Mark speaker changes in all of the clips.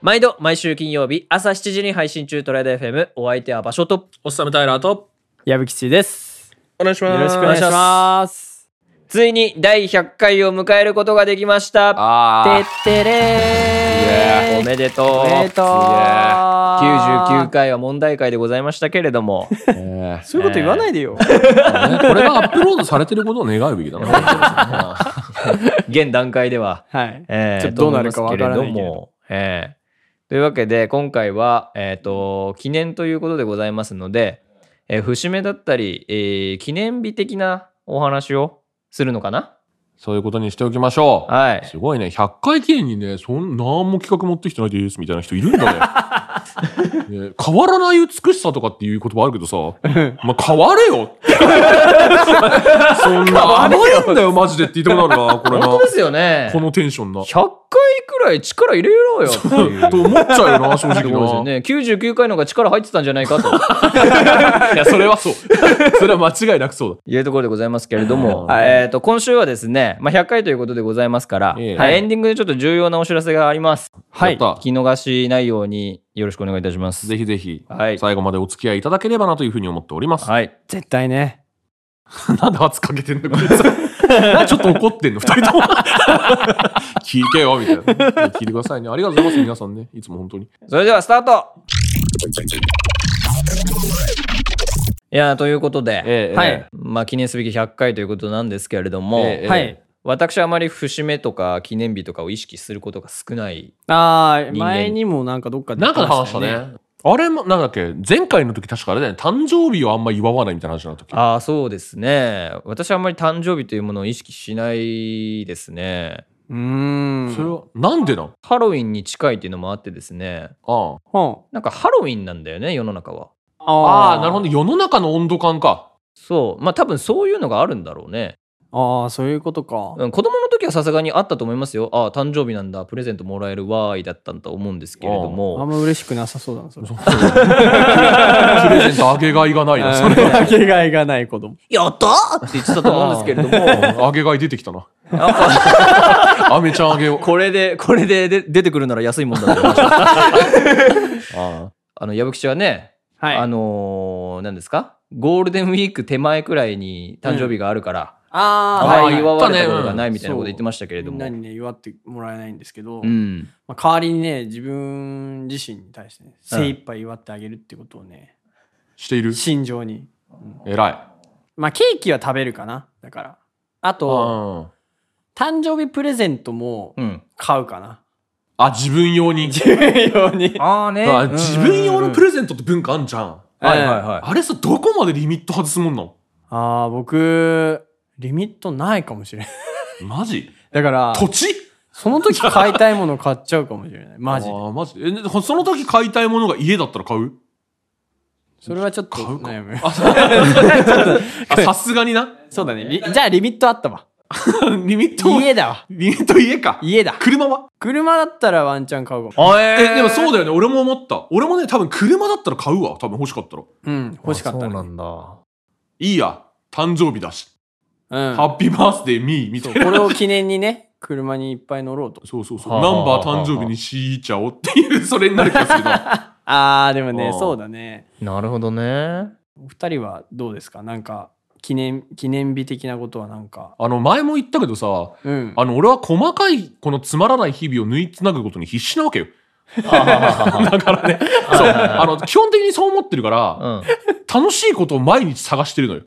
Speaker 1: 毎度、毎週金曜日、朝7時に配信中、トライド FM。お相手は場所と、
Speaker 2: おっさむタイラーと、
Speaker 3: 矢吹ちです。
Speaker 2: お願いし
Speaker 3: よ
Speaker 2: ま
Speaker 3: ろしくお願いします。
Speaker 1: ついに第100回を迎えることができました。て
Speaker 3: あ
Speaker 1: ってれーおめでとう。
Speaker 3: おめでとう。
Speaker 1: 99回は問題回でございましたけれど も。
Speaker 2: す。え
Speaker 3: そういうこと言わないでよ。
Speaker 2: ーねこれがアップロードされてることを願うべきだな。
Speaker 1: 現段階では。
Speaker 3: はい。
Speaker 1: えー
Speaker 3: ちょっとどうなるかわからないけれど
Speaker 1: と思ますけれどもえーというわけで今回は、えー、と記念ということでございますので、えー節目だったり、えー記念日的なお話をするのかな
Speaker 2: そういうことにしておきましょう。
Speaker 1: はい
Speaker 2: すごいね。100回記念にね、そんなんも企画持ってきてないですみたいな人いるんだね。ね変わらない美しさとかっていう言葉あるけどさ、まあ、変われよそんな、甘えんだよ、マジでって言いたくなるな、これ
Speaker 1: 本
Speaker 2: な
Speaker 1: 当。ですよね
Speaker 2: このテンションな。
Speaker 1: 100回くらい力入れようよっていう
Speaker 2: と思っちゃうよな、正
Speaker 1: ところですよ
Speaker 2: 直な。
Speaker 1: ね99回の方が力入ってたんじゃないかと
Speaker 2: いや、それはそう。 それは間違いなくそう
Speaker 1: いうところでございますけれども、
Speaker 3: はい
Speaker 1: えー、と今週はですね、まあ、100回ということでございますから、
Speaker 2: ええ
Speaker 1: はいエンディングでちょっと重要なお知らせがあります。
Speaker 2: だ。
Speaker 3: は
Speaker 2: やっ
Speaker 3: い
Speaker 2: た
Speaker 1: 聞き逃しないようによろしくお願いいたします。
Speaker 2: ぜひぜひ、
Speaker 1: はい
Speaker 2: 最後までお付き合いいただければなというふうに思っております。
Speaker 1: はい。
Speaker 3: 絶対ね。
Speaker 2: なんで圧かけてんのこれ さ。なんでちょっと怒ってんの二人とも。聞いてよ、みたいな。聞いてくださいね。ありがとうございます、皆さんね。いつも本当に。
Speaker 1: それではスタートいやーということで、
Speaker 2: ええ
Speaker 1: はい
Speaker 2: ええ
Speaker 1: まあ、記念すべき100回ということなんですけれども、
Speaker 2: ええええ
Speaker 3: はい。
Speaker 1: 私あまり節目とか記念日とかを意識することが少ない
Speaker 3: ああ、
Speaker 1: 間
Speaker 3: 前にもなんかどっかで
Speaker 2: なんかで話した
Speaker 3: よ。
Speaker 2: ね。あれも、なんだっけ、前回の時確かあれだよね。誕生日をあんま祝わないみたいな話の時。
Speaker 1: ああそうですね私あんまり誕生日というものを意識しないですね
Speaker 3: う
Speaker 2: それ
Speaker 3: ーん。
Speaker 2: は、なんでなん
Speaker 1: ハロウィンに近いっていうのもあってですね
Speaker 2: あ
Speaker 3: ほ
Speaker 1: なんかハロウィンなんだよね世の中は
Speaker 3: う
Speaker 2: あ。ああ、なるほ
Speaker 3: ど。
Speaker 2: ど。世の中の温度感 か。
Speaker 1: そうまあ多分そういうのがあるんだろうね
Speaker 3: ああ、そういうことか。
Speaker 1: うん子供の時はさすがにあったと思いますよ。ああ、誕生日なんだ、プレゼントもらえるわーいだったんだと思うんですけれど
Speaker 3: あん
Speaker 1: も。
Speaker 3: ま嬉しくなさそうだな、それ。
Speaker 2: プレゼントあげがいがないな。それ
Speaker 3: かけがいがない子供。
Speaker 1: やったーって言ってたと思うんですけれども。
Speaker 2: あげがい出てきたな。
Speaker 1: やっぱ
Speaker 2: あめちゃんあげよう。
Speaker 1: これで、これでで出てくるなら安いもんだと思いました。
Speaker 2: あ
Speaker 1: あの、矢吹氏はね、
Speaker 3: はい。
Speaker 1: あのー、何ですかゴールデンウィーク手前くらいに誕生日があるから、
Speaker 3: あ
Speaker 1: あ
Speaker 3: ー
Speaker 1: ま
Speaker 3: は
Speaker 1: り
Speaker 3: い
Speaker 2: ー
Speaker 1: 祝われ
Speaker 2: 言ったた
Speaker 1: こ
Speaker 2: ね
Speaker 1: とがない
Speaker 3: うん
Speaker 1: みたいなこと言ってましたけれど
Speaker 3: みん
Speaker 1: も。
Speaker 3: なにね、祝ってもらえないんですけど、
Speaker 1: うん。
Speaker 3: まあ、代わりにね、自分自身に対してね、精一杯祝ってあげるってことをね、
Speaker 2: している。
Speaker 3: 心情に。
Speaker 2: えらい。
Speaker 3: まあ、ケーキは食べるかな。だから。あと、
Speaker 2: あ
Speaker 3: 誕生日プレゼントも
Speaker 1: うん。
Speaker 3: 買うかな。
Speaker 2: あ、自分用に。
Speaker 3: ように。
Speaker 1: ああね
Speaker 2: あ自分用のプレゼントって文化あんじゃん。
Speaker 1: はいはいは
Speaker 2: あれさ、どこまでリミット外すもんなの
Speaker 3: ああ、僕、リミットないかもしれない。
Speaker 2: マジ
Speaker 3: だから、
Speaker 2: 土地
Speaker 3: その時買いたいもの買っちゃうかもしれない。マジ
Speaker 2: あ
Speaker 3: で。
Speaker 2: ーマジ。え、でその時買いたいものが家だったら買う
Speaker 3: それはちょっと
Speaker 2: 買うか
Speaker 3: 悩む。
Speaker 2: あさすがにな。
Speaker 3: そうだね。り じゃあリミットあったわ。
Speaker 2: リミット、
Speaker 3: 家だわ。
Speaker 2: リミット家か。
Speaker 3: 家だ。
Speaker 2: 車は
Speaker 3: 車だったらワンチャン買うかも。
Speaker 1: い。あえ
Speaker 2: え、でもそう
Speaker 1: だ
Speaker 2: だよね。俺も思った。俺もね、多分車だったら買うわ。多分欲しかったら。
Speaker 3: うん、欲しかったね。
Speaker 1: なんだ。
Speaker 2: いいや。誕生日だし。
Speaker 3: うん。
Speaker 2: ハッピーバースデーミーみた
Speaker 3: そう
Speaker 2: い
Speaker 3: こ
Speaker 2: な。
Speaker 3: れを記念にね、車にいっぱい乗ろうと。
Speaker 2: そうそうそう。
Speaker 1: は
Speaker 2: ナ
Speaker 1: あ
Speaker 2: ン
Speaker 1: はあは
Speaker 2: バ
Speaker 1: あ
Speaker 2: ー誕生日にしちゃおうっていう、それになる気がするな。
Speaker 3: あー、でもね
Speaker 2: う、ん
Speaker 3: そうだね。
Speaker 1: なるほどね。
Speaker 3: お二人はどうですかなんか、記念、記念日的なことはなんか。
Speaker 2: あの、前も言ったけどさ、
Speaker 3: うん。
Speaker 2: あの、俺は細かい、このつまらない日々を縫いつなぐことに必死なわけよ。だからね、 そう、あの、基本的にそう思ってるから、
Speaker 1: うん。
Speaker 2: 楽しいことを毎日探してるのよ。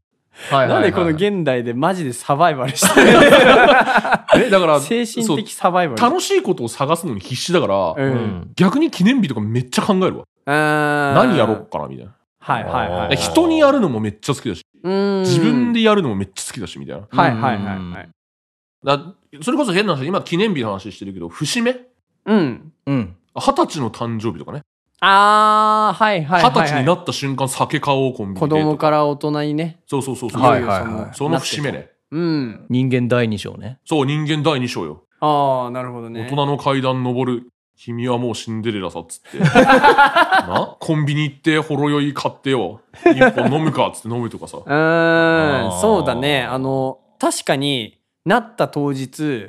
Speaker 1: はいはいはい
Speaker 3: なんでこの現代でマジでサバイバルしてるの
Speaker 2: え、だから、
Speaker 3: 精神
Speaker 2: そう
Speaker 3: 的サバイバル。
Speaker 2: 楽しいことを探すのに必死だから、
Speaker 3: う。
Speaker 1: うんん。
Speaker 2: 逆に記念日とかめっちゃ考えるわ。
Speaker 3: 何
Speaker 2: 何やろうかな、みたいな。
Speaker 3: はいはいは
Speaker 1: あー
Speaker 3: い。
Speaker 2: 人にやるのもめっちゃ好きだし、
Speaker 3: うん
Speaker 2: 自分でやるのもめっちゃ好きだし、みたいな。
Speaker 3: はいはいはいはい。
Speaker 2: だそれこそ変な話、今記念日の話してるけど、節目
Speaker 3: うん。
Speaker 1: うん。
Speaker 2: 二十歳の誕生日とかね。
Speaker 3: あー、はいはい
Speaker 2: 二
Speaker 3: は
Speaker 2: 十
Speaker 3: いはい。
Speaker 2: 歳になった瞬間酒買おうコンビニで
Speaker 3: 子供から大人にね。
Speaker 2: そうそうそうそう。
Speaker 1: はいはいはい
Speaker 2: その節目。ね。
Speaker 3: うん。
Speaker 1: 人間第二章ね。
Speaker 2: そう、人間第2章よ。
Speaker 3: ああ、なるほどね。
Speaker 2: 大人の階段登る。君はもうシンデレラさ、つって。なコンビニ行って、ほろ酔い買ってよ。一本飲むか、つって飲むとかさ。
Speaker 3: うー
Speaker 1: あー
Speaker 3: ん、そうだね。あの、確かになった当日、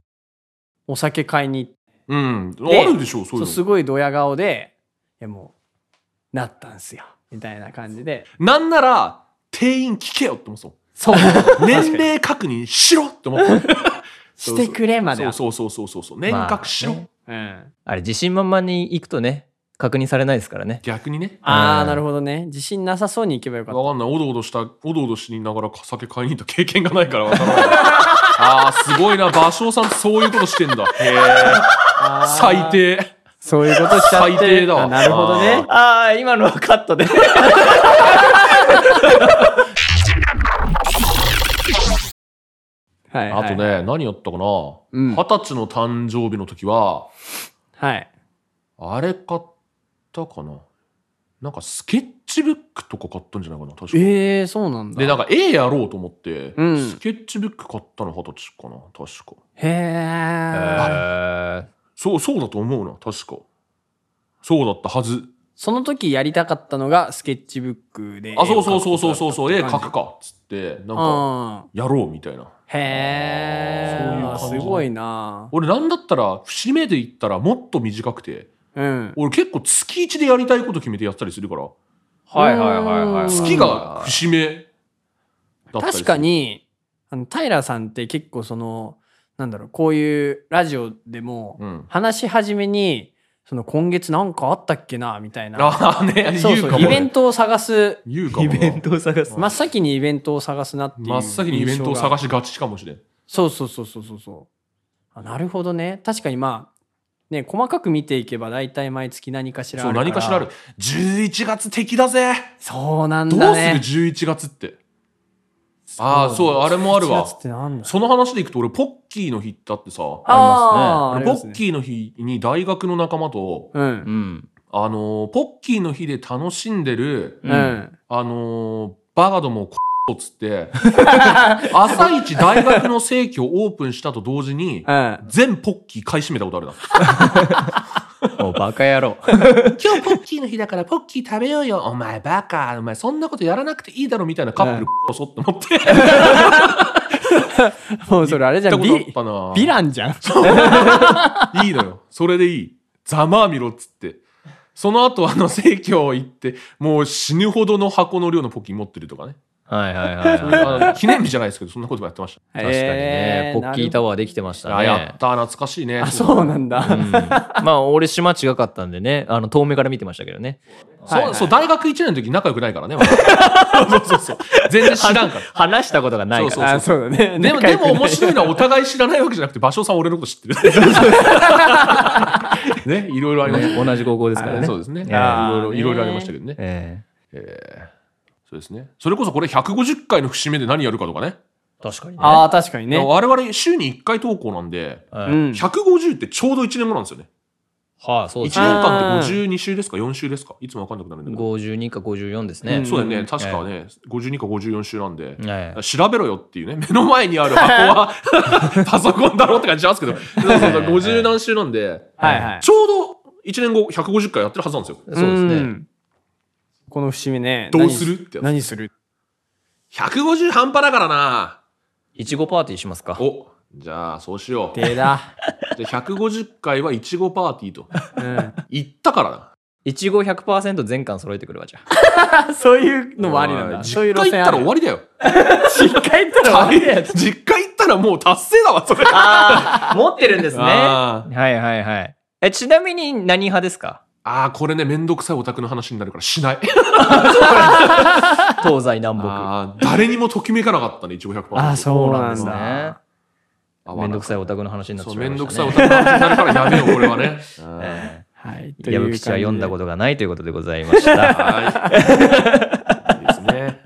Speaker 3: お酒買いに行っ
Speaker 2: うん。あるでしょう、そうい
Speaker 3: そ
Speaker 2: うう
Speaker 3: す
Speaker 2: の。
Speaker 3: ごいドヤ顔で「いやもうなったんすよ」みたいな感じで
Speaker 2: なんなら、店員聞けよって思って
Speaker 3: そう
Speaker 2: た。年齢確認しろって思ってた。
Speaker 3: してくれまで
Speaker 2: そ
Speaker 3: は
Speaker 2: うそうそうそうそうそう。年確しろ。
Speaker 1: まあね
Speaker 3: うん、
Speaker 1: あれ自信満々に行くとね確認されないですからね
Speaker 2: 逆にね。
Speaker 3: あ
Speaker 1: う
Speaker 3: あ
Speaker 1: ん
Speaker 3: なるほどね自信なさそうに行けばよかった
Speaker 2: わかんない。おどおどした、おどおどしながら酒買いに行った経験がないからわからない。ああ、すごいな。芭蕉さんそういうことしてんだ。へえ。最低。
Speaker 3: そういうことしちゃって
Speaker 2: 最低だわ
Speaker 3: あなるほどね
Speaker 1: ああ今のはカット で
Speaker 3: はい、は
Speaker 2: あ
Speaker 3: い、
Speaker 2: とね、何やったかな。
Speaker 3: うん
Speaker 2: 二十歳の誕生日の時は、
Speaker 3: はい
Speaker 2: あれ買ったかな。なんかスケッチブックとか買ったんじゃないかな、確か。
Speaker 3: えー、そうなんだ
Speaker 2: で、なんか絵やろうと思って、
Speaker 3: うん
Speaker 2: スケッチブック買ったの二十歳かな、確か。
Speaker 3: へ
Speaker 1: え
Speaker 3: え
Speaker 1: ー
Speaker 2: そう、そうだと思うな、確か。そうだったはず。
Speaker 3: その時やりたかったのがスケッチブックで
Speaker 2: あ、そうそうそうそうそうそう、絵描く
Speaker 3: か
Speaker 2: か、つって、なんか、
Speaker 3: あ
Speaker 2: やろうみたいな。
Speaker 3: へ
Speaker 2: そういう
Speaker 3: え
Speaker 2: 感じ
Speaker 3: すごいな
Speaker 2: 俺なんだったら、節目で言ったらもっと短くて、
Speaker 3: うん
Speaker 2: 俺結構月一でやりたいこと決めてやったりするから、
Speaker 1: はいはいはいはい
Speaker 3: うん
Speaker 2: 月が節目だったりする
Speaker 3: 確か、にあの平さんって結構そのなんだろうこういうラジオでも
Speaker 2: うん。
Speaker 3: 話し始めにその今月なんかあったっけなみたいな
Speaker 2: ああね、
Speaker 3: そう
Speaker 2: 言
Speaker 3: そう
Speaker 2: かも、ね。
Speaker 3: イベントを探す
Speaker 2: 言うかもな。
Speaker 1: トを探す
Speaker 3: 真っ先にイベントを探すなっていう
Speaker 2: 真っ先にイベントを探
Speaker 3: す
Speaker 2: しがちかもしれん。
Speaker 3: そうそうそうそうそうそうあなるほどね確かにまあね細かく見ていけば大体毎月何かしらあ
Speaker 2: そう、
Speaker 3: るから
Speaker 2: 何かしらある。11月敵だぜ
Speaker 3: そうなん
Speaker 2: どう
Speaker 3: だ
Speaker 2: す
Speaker 3: ね
Speaker 2: る ?11 月って。ああ、そう、あれもあるわ
Speaker 3: 11。月ってなんだ
Speaker 2: その話でいくと、俺、ポッキーの日ってあってさ、
Speaker 3: あーあ
Speaker 2: 俺
Speaker 3: り
Speaker 2: ポ
Speaker 3: ますね
Speaker 2: ッキーの日に大学の仲間と、
Speaker 3: うん
Speaker 1: うん
Speaker 2: あのーポッキーの日で楽しんでる、
Speaker 1: う
Speaker 3: うんん、
Speaker 2: あのーバカどもをこっつっ て、朝一大学の正規をオープンしたと同時に、
Speaker 3: うん、
Speaker 2: 全ポッキー買い占めたことあるな。
Speaker 1: おバカ野郎
Speaker 2: 今日ポッキーの日だからポッキー食べようよ。お前バカ。お前そんなことやらなくていいだろみたいなカップル、こそって思って。
Speaker 3: もうそれあ れじゃん
Speaker 2: 言っ
Speaker 3: ビ
Speaker 2: たことあった
Speaker 3: ヴィランじゃん
Speaker 2: な。いいのよ。それでいい。ざまあみろっつって。その後、あの、生協行って、もう死ぬほどの箱の量のポッキー持ってるとかね。
Speaker 1: はいはいはいはい
Speaker 2: あの記念日じゃないですけど、そんなこともやってまし。
Speaker 1: 確かにね、ポッキータ
Speaker 3: ワ
Speaker 1: ワーできてましたたね
Speaker 2: あ、やった。懐かしいね。
Speaker 3: あ、そうなんだ。
Speaker 1: うんまあ俺島違かったんでねあの遠目から見てましたけどね
Speaker 2: そう、
Speaker 3: はいはい
Speaker 2: そう、大学1年の時仲良くないからね。 俺そうそうそう。全然知らんから。
Speaker 1: 話したことがないから
Speaker 2: そう
Speaker 3: あ、そうだね。
Speaker 2: でも、
Speaker 3: 仲
Speaker 2: で
Speaker 3: 良くな
Speaker 2: も
Speaker 3: い
Speaker 2: 面白いのはお互い知らないわけじゃ なくて、場所さん俺のこと知ってる。ね、いろいろありました
Speaker 1: ね同じ高校ですからね
Speaker 2: そうですね。い
Speaker 1: あ
Speaker 3: ー
Speaker 2: ろいろ、いろいろありましたけどね。
Speaker 1: え
Speaker 2: そうですね。それこそこれ150回の節目で何やるかとかね。
Speaker 1: え確かにね
Speaker 3: ああ、確かに
Speaker 2: だから
Speaker 3: ね。
Speaker 2: 我々週に1回投稿なんで、
Speaker 1: はい
Speaker 3: うん。
Speaker 2: 150ってちょうど1年後なんですよね。
Speaker 1: はあそう
Speaker 2: 1
Speaker 1: です
Speaker 2: 年
Speaker 1: ね
Speaker 2: 間って52週ですか ?4 週ですかいつもわかんなくなるんだけど。
Speaker 1: 52か54ですね、
Speaker 3: うん
Speaker 2: そうだよね。確かね、52か54週なんで。
Speaker 1: ええ
Speaker 2: 調べろよっていうね、目の前にある 箱は パソコンだろうって感じしますけど、そうそうそう50何週なんで、
Speaker 3: はいはい。
Speaker 2: ちょうど1年後150回やってるはずなんですよ。
Speaker 1: そうですね
Speaker 3: ん。この節目ね。
Speaker 2: どうするってやつ
Speaker 3: 何する
Speaker 2: 150半端だからない
Speaker 1: ちごパーティーしますか
Speaker 2: お、じゃあそうしよう。
Speaker 3: 手だ。
Speaker 2: じゃあ150回はいちごパーティーと。
Speaker 3: うん。
Speaker 2: 行ったからな。
Speaker 1: いちご100%全巻揃えてくるわじゃあ
Speaker 3: あそういうのもありなん
Speaker 2: お
Speaker 3: だ。
Speaker 2: い
Speaker 3: そうい
Speaker 2: 実
Speaker 3: う
Speaker 2: 家行った
Speaker 3: 路線
Speaker 2: ら
Speaker 3: あ
Speaker 2: 終
Speaker 3: る。
Speaker 2: わりだよ。
Speaker 3: 実家行ったら終わりだよ。
Speaker 2: 実家行ったらもう達成だわ、そ れ。
Speaker 1: ああ持ってるんですねは
Speaker 2: あー
Speaker 1: いはいはいえちなみに何派ですか
Speaker 2: あー、これね、めんどくさいオタクの話になるからし ない。
Speaker 1: 東西南北
Speaker 2: あー誰にもときめかなかったね、いちご100%。
Speaker 3: あーそうなんだ
Speaker 1: ですね
Speaker 2: 合わ
Speaker 1: めんど
Speaker 2: なか
Speaker 1: く
Speaker 2: っ
Speaker 1: さいオタクの話にな
Speaker 2: た。
Speaker 1: っ
Speaker 2: そ
Speaker 1: て
Speaker 2: う、
Speaker 1: しま
Speaker 2: め
Speaker 1: いま
Speaker 2: ん
Speaker 1: した、
Speaker 2: ど
Speaker 1: ね、
Speaker 2: くさいオタクの話になるからやめよう、俺はね。うん
Speaker 1: ええ
Speaker 3: はい。とい
Speaker 1: 矢
Speaker 3: う
Speaker 1: 吹氏は読んだこととがないということでございました。
Speaker 2: はい。いいですね。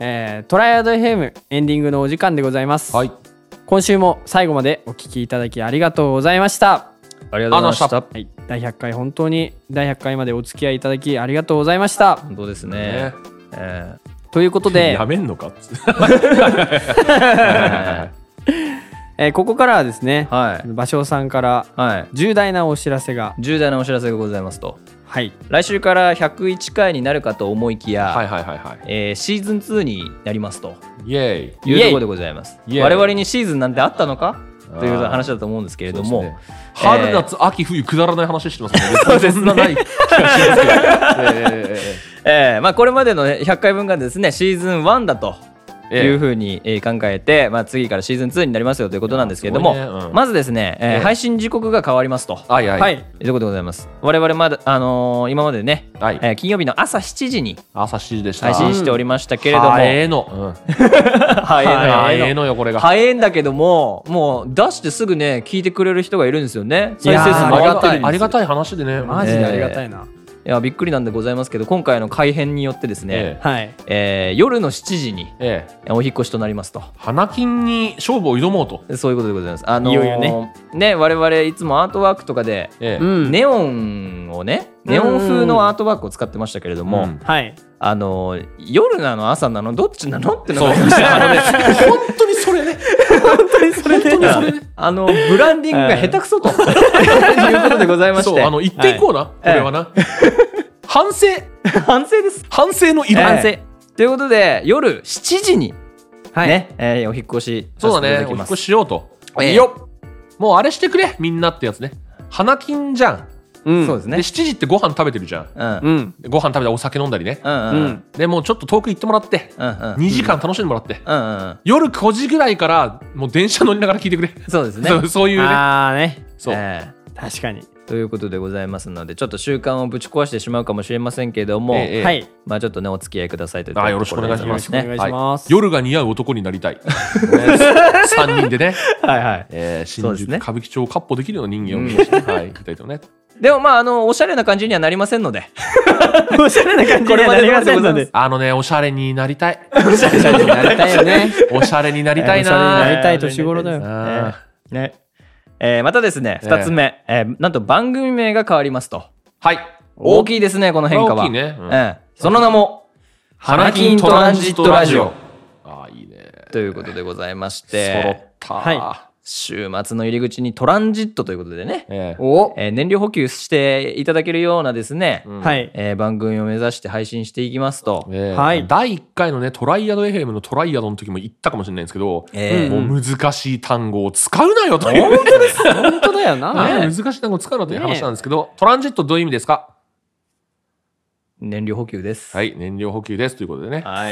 Speaker 3: えートライアド FM エンディングのお時間でございます。
Speaker 2: はい。
Speaker 3: 今週も最後までお聞きいただきありがとうございました。
Speaker 1: ありがとうございまし
Speaker 2: ありがとうござい
Speaker 1: た。
Speaker 3: はい、第100回本当に第100回までお付き合いいただきありがとうございました。
Speaker 1: 本当ですね
Speaker 2: ね。
Speaker 1: え
Speaker 3: と いうことで
Speaker 2: や、めんのかっつって
Speaker 1: え
Speaker 3: えーここからはですね、
Speaker 1: はい
Speaker 3: 芭蕉さんから
Speaker 1: はい。
Speaker 3: 重大なお知らせが
Speaker 1: 重大なお知らせがございますと。
Speaker 3: はい。
Speaker 1: 来週から101回になるかと思いきや、
Speaker 2: はいはいはいはい。
Speaker 1: えーシーズン2になりますと
Speaker 2: イエーイ。
Speaker 1: いうところでございます
Speaker 2: イエイ
Speaker 1: 我々にシーズンなんてあったのかという話だと思うんですけれども、
Speaker 2: そうですね春夏秋冬くだらない話してますので、そんなない気がしますけどええええええ
Speaker 1: えーまあ、これまでのね100回分がですねシーズン1だと
Speaker 2: ええ
Speaker 1: いうふうにえー考えて、まあ、次からシーズン2になりますよということなんですけれども、
Speaker 2: いやすごいねうん
Speaker 1: まずですね、えー
Speaker 2: ええ
Speaker 1: 配信時刻が変わりますと。
Speaker 2: はいはい。
Speaker 3: はい。
Speaker 1: ということでございます我々まだ、あのー今までね、
Speaker 2: はい
Speaker 1: えー金曜日の朝7時に
Speaker 2: 朝7時でした。
Speaker 1: 配信しておりましたけれども、
Speaker 2: はえの。うん
Speaker 1: 早いの
Speaker 2: は
Speaker 1: 早いの
Speaker 2: えのよ、これが。
Speaker 1: 早いんだけどももう出してすぐね聞いてくれる人がいるんですよね
Speaker 3: い
Speaker 1: 再
Speaker 3: やー
Speaker 1: 生数も
Speaker 2: あり
Speaker 1: 上が
Speaker 2: が
Speaker 1: ってる
Speaker 2: た
Speaker 1: ん
Speaker 2: い
Speaker 1: です
Speaker 2: ありがたい話でね。
Speaker 3: マジでありがたいな。
Speaker 1: いやびっくりなんでございますけど今回の改編によってですね、
Speaker 2: え
Speaker 3: はい。
Speaker 1: えー夜の7時に
Speaker 2: ええ。
Speaker 1: お引っ越しとなりますと
Speaker 2: 花金に勝負を挑もうと。
Speaker 1: そういうことでございますあのー
Speaker 3: いよいよ
Speaker 1: ね我々いつもアートワークとかで、
Speaker 2: ええ
Speaker 3: うん。
Speaker 1: ネオンをねネオン風のアートワークを使ってましたけれども、
Speaker 2: うん
Speaker 3: はい。
Speaker 1: あのー夜なの朝なのどっちなのっての
Speaker 2: そう。
Speaker 1: が
Speaker 2: あ のね、本当にそれね。
Speaker 3: 本当にそれ
Speaker 1: あのブランディングが下手くそと、いうことでございまし
Speaker 2: そう、
Speaker 1: て
Speaker 2: あの、言っていこうな、これはな。反省
Speaker 1: 反省です
Speaker 2: 反省の色
Speaker 1: 完成ということで夜7時に、
Speaker 3: はい
Speaker 1: ねえーお引っ越しさせ
Speaker 2: そう
Speaker 1: てい
Speaker 2: だ
Speaker 1: ただ
Speaker 2: ね、
Speaker 1: き
Speaker 2: お引っ
Speaker 1: ま
Speaker 2: 越
Speaker 1: す
Speaker 2: ししようと。
Speaker 1: ええ
Speaker 2: いいよもうあれしてくれ、みんなってやつね。花金じゃん。
Speaker 3: うん。
Speaker 1: そうです
Speaker 2: で、
Speaker 1: ね
Speaker 2: 7時ってご飯食べてるじゃん。
Speaker 1: うん
Speaker 3: う
Speaker 1: うん
Speaker 3: ん。
Speaker 2: ご飯食べたらお酒飲んだりね。
Speaker 1: うん
Speaker 3: う
Speaker 1: うんん。
Speaker 2: で、もうちょっと遠く行ってもらって、
Speaker 1: うんうん
Speaker 2: 2時間楽しんでもらって。
Speaker 1: うんうん
Speaker 2: 夜9時ぐらいから、もう電車乗りながら聞いてくれ。
Speaker 1: そう ですね
Speaker 2: そうそういうね。
Speaker 3: ああね。
Speaker 2: そう。
Speaker 1: え
Speaker 3: 確かに。
Speaker 1: ーということでございますのでちょっと習慣をぶち壊してしまうかもしれませんけども、
Speaker 2: ええええ
Speaker 3: はい。
Speaker 1: まあちょっとねお付き合いくださいという
Speaker 2: あよろしくお願いし
Speaker 1: ところ
Speaker 2: ま
Speaker 1: ですござ
Speaker 3: よ
Speaker 1: ね
Speaker 3: ろしくお願いします
Speaker 2: 夜が似合う男になりたい。3人でね、
Speaker 1: はいはい
Speaker 2: えー
Speaker 1: そうです
Speaker 2: 新宿
Speaker 1: ね
Speaker 2: 歌舞伎町をかっ歩できるような人間を目指して、はい、いきたいとね。
Speaker 1: でもまああのおしゃれな感じにはなりませんので
Speaker 3: おしゃれな感じ
Speaker 1: こ
Speaker 3: に
Speaker 1: れま
Speaker 3: はな
Speaker 1: で
Speaker 3: り
Speaker 1: の
Speaker 3: ません
Speaker 1: ござい
Speaker 3: の
Speaker 1: ます
Speaker 3: で。
Speaker 2: あのね、おしゃれになりたい。
Speaker 3: おしゃれになりた いよね。
Speaker 2: おしゃれになりたい
Speaker 3: おしゃれにな
Speaker 2: な。
Speaker 3: りたい年頃だよ
Speaker 2: あ
Speaker 1: ねえーまたですね
Speaker 2: ええ
Speaker 1: 2つ目、えーなんと番組名が変わりますと
Speaker 2: ーはい。
Speaker 1: 大きいですねこの変化は
Speaker 2: 大きいねうん
Speaker 1: ええその名も
Speaker 2: 花金トランジットラジオ。あーいいね。
Speaker 1: ということでございまし
Speaker 2: 揃
Speaker 1: て
Speaker 2: った。
Speaker 3: は
Speaker 1: 週末の入り口にトランジットということでね、
Speaker 2: えー
Speaker 3: お
Speaker 1: えー燃料補給していただけるようなですね、
Speaker 3: はい。
Speaker 1: えー番組を目指して配信していきますと、
Speaker 2: えー
Speaker 3: はい
Speaker 2: 第1回のね、トライアド FM のトライアドの時も言ったかもしれないんですけど、
Speaker 1: えー
Speaker 2: もう難しい単語を使うなよという ね、
Speaker 3: 本当だよな。
Speaker 2: ね難しい単語を使うなという話なんですけど、トランジットどういう意味ですか
Speaker 1: 燃料補給です。
Speaker 2: はい、燃料補給ですということでね。
Speaker 1: は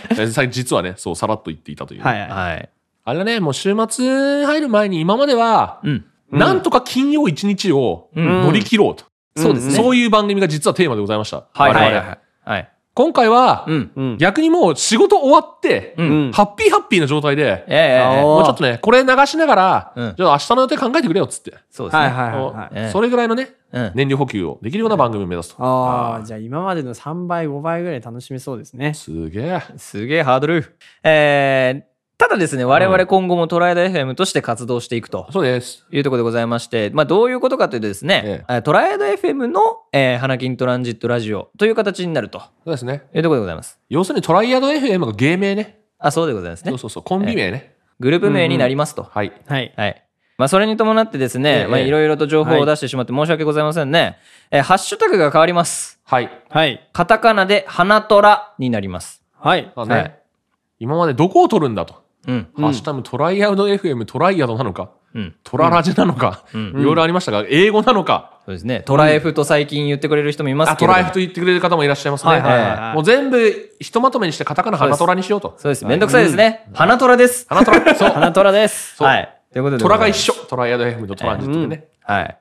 Speaker 1: い。
Speaker 2: えさ実はね、そう、さらっと言っていたという。
Speaker 3: はい。
Speaker 1: はい。
Speaker 2: あれだね、もう週末入る前に今までは、
Speaker 1: うん。
Speaker 2: なんとか金曜一日を乗り切ろうと。
Speaker 1: そうですね。
Speaker 2: そういう番組が実はテーマでございました。
Speaker 1: はい
Speaker 2: 我
Speaker 1: はい
Speaker 2: 々
Speaker 1: はい。はい。
Speaker 2: 今回は、
Speaker 1: うん。
Speaker 3: うん。
Speaker 2: 逆にもう仕事終わって、
Speaker 1: うん
Speaker 3: うん
Speaker 2: ハッピーハッピーな状態で、
Speaker 1: ええええ
Speaker 3: あお
Speaker 2: もうちょっとね、これ流しながら、
Speaker 1: うん
Speaker 2: じゃあ明日の予定考えてくれよっつって、
Speaker 1: そうですね。
Speaker 3: はいはいはい
Speaker 2: もう
Speaker 3: はい。
Speaker 1: ええ
Speaker 2: それぐらいのね、
Speaker 1: うん
Speaker 2: 燃料補給をできるような番組を目指すと。
Speaker 3: ああ、じゃあ今までの3倍、5倍ぐらい楽しめそうですね。
Speaker 2: すげえ。
Speaker 1: すげえハードル。えーただですね、我々今後もトライアド FM として活動していくと。
Speaker 2: そうです。
Speaker 1: いうところでございまして、まあ、どういうことかというとですね
Speaker 2: え、
Speaker 1: えートライアド FM の、えー、花金トランジットラジオという形になると
Speaker 2: そうですね。
Speaker 1: いうところでございます。
Speaker 2: 要するにトライアド FM が芸名ね。
Speaker 1: あ、そうでございます
Speaker 2: そ
Speaker 1: ね
Speaker 2: う。そうそう、コンビ名ね。
Speaker 1: グループ名になりますと。
Speaker 2: はい。
Speaker 3: はい。
Speaker 1: はい。まあ、それに伴ってです
Speaker 2: え
Speaker 1: ね、
Speaker 2: え
Speaker 1: まあ、
Speaker 2: ええ
Speaker 1: いろいろと情報を出してしまって申し訳ございませんね。えーハッシュタグが変わります。
Speaker 2: はい。
Speaker 3: はい。
Speaker 1: カタカナで、花トラになります。
Speaker 3: はい。
Speaker 2: まあね、
Speaker 1: はい
Speaker 2: 今までどこを取るんだと。
Speaker 1: うん。
Speaker 2: ハッシュタグトライアド FM トライアドなのか、
Speaker 1: うん。
Speaker 2: トララジなのか、いろいろありましたが、英語なのか、
Speaker 1: そうですね。トラエフと最近言ってくれる人もいます
Speaker 2: あ
Speaker 1: け
Speaker 2: ト
Speaker 1: れども
Speaker 2: ライフと言ってくれる方もいらっしゃいますね。
Speaker 3: はいはいはい
Speaker 2: はいもう全部ひとまとめにしてカタカナ花トラにしようと。
Speaker 1: そうです。めんどくさいですね。花トラです。
Speaker 2: 花トラ、 そう。
Speaker 1: 花トラです。
Speaker 2: そう
Speaker 1: はい。ということで。
Speaker 2: トラが一緒。トライアド FM とトランジットでね。
Speaker 1: はい。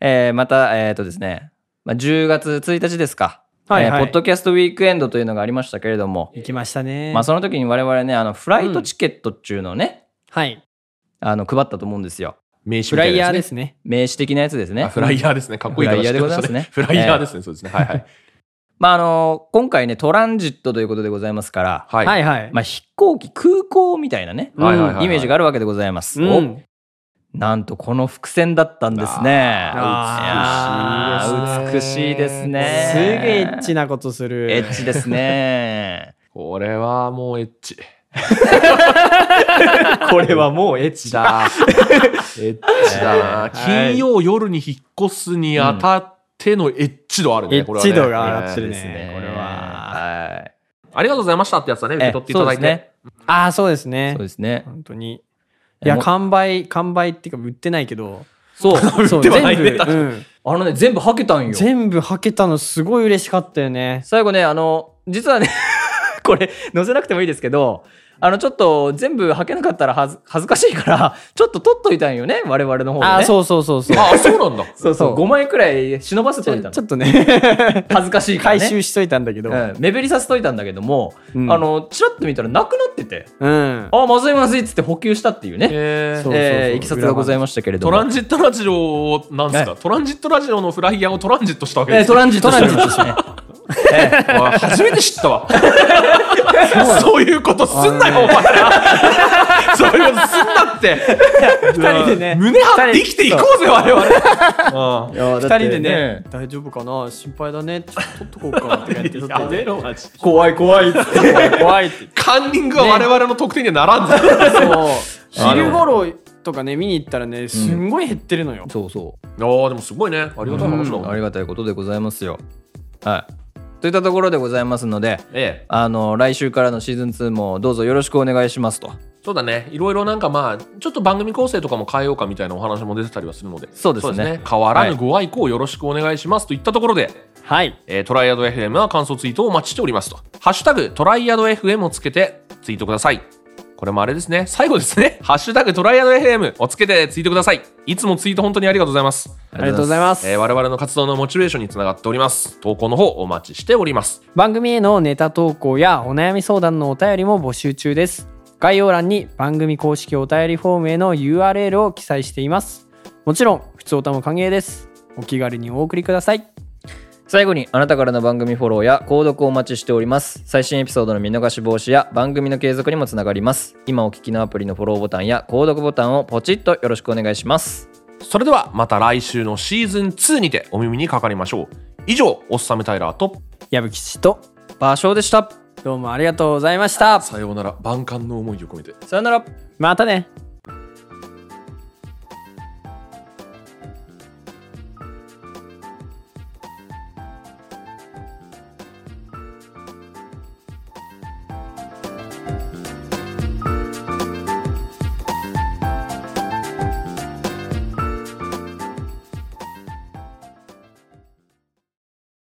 Speaker 1: えーまた、えっ、とですね、まあ、10月1日ですか。
Speaker 3: はいはい
Speaker 1: えーポッドキャストウィークエンドというのがありましたけれども、
Speaker 3: 行きましたね。
Speaker 1: まあ、その時に我々ね、あの、フライトチケットっていうのをね、
Speaker 3: はい。
Speaker 1: あの、配ったと思うんですよ。
Speaker 2: 名刺
Speaker 3: フ
Speaker 2: み
Speaker 3: ラ
Speaker 2: たい
Speaker 3: イ
Speaker 2: な
Speaker 3: ヤ
Speaker 2: やつ
Speaker 3: ー
Speaker 2: ね
Speaker 3: ですね。
Speaker 1: 名刺的なやつですね
Speaker 2: あ。フライヤーですね。かっこいい
Speaker 1: フライヤーでございま
Speaker 2: 形
Speaker 1: す
Speaker 2: し
Speaker 1: ね
Speaker 2: ね。フライヤーですね。そうですね。はいはい。
Speaker 1: まあ、あの今回ね、トランジットということでございますから、
Speaker 2: はい。
Speaker 3: はいはい。
Speaker 1: まあ、飛行機、空港みたいなね、
Speaker 2: はいはいはい
Speaker 1: イメージがあるわけでございます。
Speaker 3: う
Speaker 1: お
Speaker 3: ん。
Speaker 1: なんと、この伏線だったんですね。
Speaker 3: あ
Speaker 2: ー
Speaker 1: いやー美しいですね。
Speaker 3: すげえエッチなことす
Speaker 1: エ
Speaker 3: る。
Speaker 1: ッチですね。
Speaker 2: これはもうエッチ。
Speaker 1: これはもうエッチ。
Speaker 2: だ。エッチだな。金曜夜に引っ越すにあたっ手のエッジ度あるね。これはね
Speaker 3: エッジ度が上がってるね
Speaker 1: です
Speaker 3: これは
Speaker 1: はい。
Speaker 2: ありがとうございましたってやつだね。受け取っていただいて。
Speaker 1: え
Speaker 3: ああ、そうですね
Speaker 1: そう。ですね。
Speaker 3: 本当に。いや、
Speaker 1: もう
Speaker 3: 完売、完売っていうか、売ってないけど、
Speaker 1: そうですね。そう。
Speaker 3: そう、
Speaker 1: 全
Speaker 3: 全
Speaker 1: 部、
Speaker 3: 部、うん
Speaker 1: あのね、全部はけたんよ。
Speaker 3: 全部はけたのすごい嬉しかったよね。
Speaker 1: 最後ね、あの、実はね、 これ、載せなくてもいいですけど、あの、ちょっと、全部はけなかったらはず恥ずかしいから、ちょっと取っといたんよね、我々の方で、ね。
Speaker 3: ああ、
Speaker 1: う。
Speaker 3: そうそうそうそう。
Speaker 2: あ、そうなんだ。
Speaker 1: そうそう、
Speaker 3: そう
Speaker 1: 5枚くらい忍ばせ
Speaker 3: ち
Speaker 1: とい
Speaker 3: ょ
Speaker 1: たの
Speaker 3: ち。ょっとね、
Speaker 1: 恥ずかしいから、ね。
Speaker 3: 回収しといたんだけど。
Speaker 1: うん、目減りさせといたんだけども、
Speaker 3: うん
Speaker 1: あのチラッと見たらなくなってて
Speaker 3: うん。
Speaker 1: あまずいまずいっつって補給したっていうね、
Speaker 2: え
Speaker 3: そう
Speaker 1: えーいきさつがございましたけれど
Speaker 2: ト
Speaker 1: も
Speaker 2: ランジットラジオを、なんですか、トランジットラジオのフライヤーをトランジットしたわけ
Speaker 1: え
Speaker 2: で
Speaker 1: ー
Speaker 2: す
Speaker 1: ト
Speaker 2: よ。
Speaker 1: ランジットしてねえ
Speaker 2: わ初めて知ったわ。そういうことすんなよ、お前ら。そういうことすんなって。
Speaker 3: 二人でね
Speaker 2: 胸張って生きていこうぜ、我々。
Speaker 1: えいや
Speaker 3: 二
Speaker 1: だって
Speaker 3: 人でね、大丈夫かな心配だね。ちょっと取っとこうかって言って
Speaker 2: うん
Speaker 3: 取 っ
Speaker 2: や
Speaker 3: て
Speaker 2: めろ、マジ。
Speaker 1: 怖い怖いっつって
Speaker 3: 怖いって。
Speaker 2: カンニングは我々の得点にはならんぞ。
Speaker 3: そう。
Speaker 1: あの
Speaker 3: 昼頃とかね、見に行ったらね、すんごい減ってるのよ。
Speaker 1: そうそ
Speaker 2: ああ、でもすごいね。ありがたい話だ
Speaker 1: う、
Speaker 2: わ。
Speaker 1: ありがたいことでございますよはいといったところでございますので
Speaker 2: ええ、
Speaker 1: あの来週からのシーズン2もどうぞよろしくお願いしますと
Speaker 2: そうだね。いろいろなんかまあ、ちょっと番組構成とかも変えようかみたいなお話も出てたりはするので。
Speaker 1: そうですね
Speaker 2: 変わら
Speaker 1: は
Speaker 2: ぬ
Speaker 1: い
Speaker 2: ご愛顧をよろしくお願いしますといったところで、
Speaker 3: はい。
Speaker 2: えートライアド FM は感想ツイートをお待ちしておりますと。ハッシュタグトライアド FM をつけてツイートください。これもあれですね。最後ですね。ハ ッシュタグトライアド FM をつけてツイートください。いつもツイート本当にありがとうございます。
Speaker 3: ありがとうございますす。
Speaker 2: えー我々の活動のモチベーションにつながっております。投稿の方お待ちしております。
Speaker 3: 番組へのネタ投稿やお悩み相談のお便りも募集中です概要欄に番組公式お便りフォームへの URL を記載していますもちろん普通おたも歓迎ですお気軽にお送りください
Speaker 1: 最後にあなたからの番組フォローや購読をお待ちしております最新エピソードの見逃し防止や番組の継続にもつながります今お聞きのアプリのフォローボタンや購読ボタンをポチッとよろしくお願いします
Speaker 2: それではまた来週のシーズン2にてお耳にかかりましょう。以上、おっさめタイラーと、
Speaker 3: 矢吹氏と
Speaker 1: 場所でした
Speaker 3: どうもありがとうございました
Speaker 2: さようなら、万感の思いを込めて。
Speaker 1: さよなら
Speaker 3: またね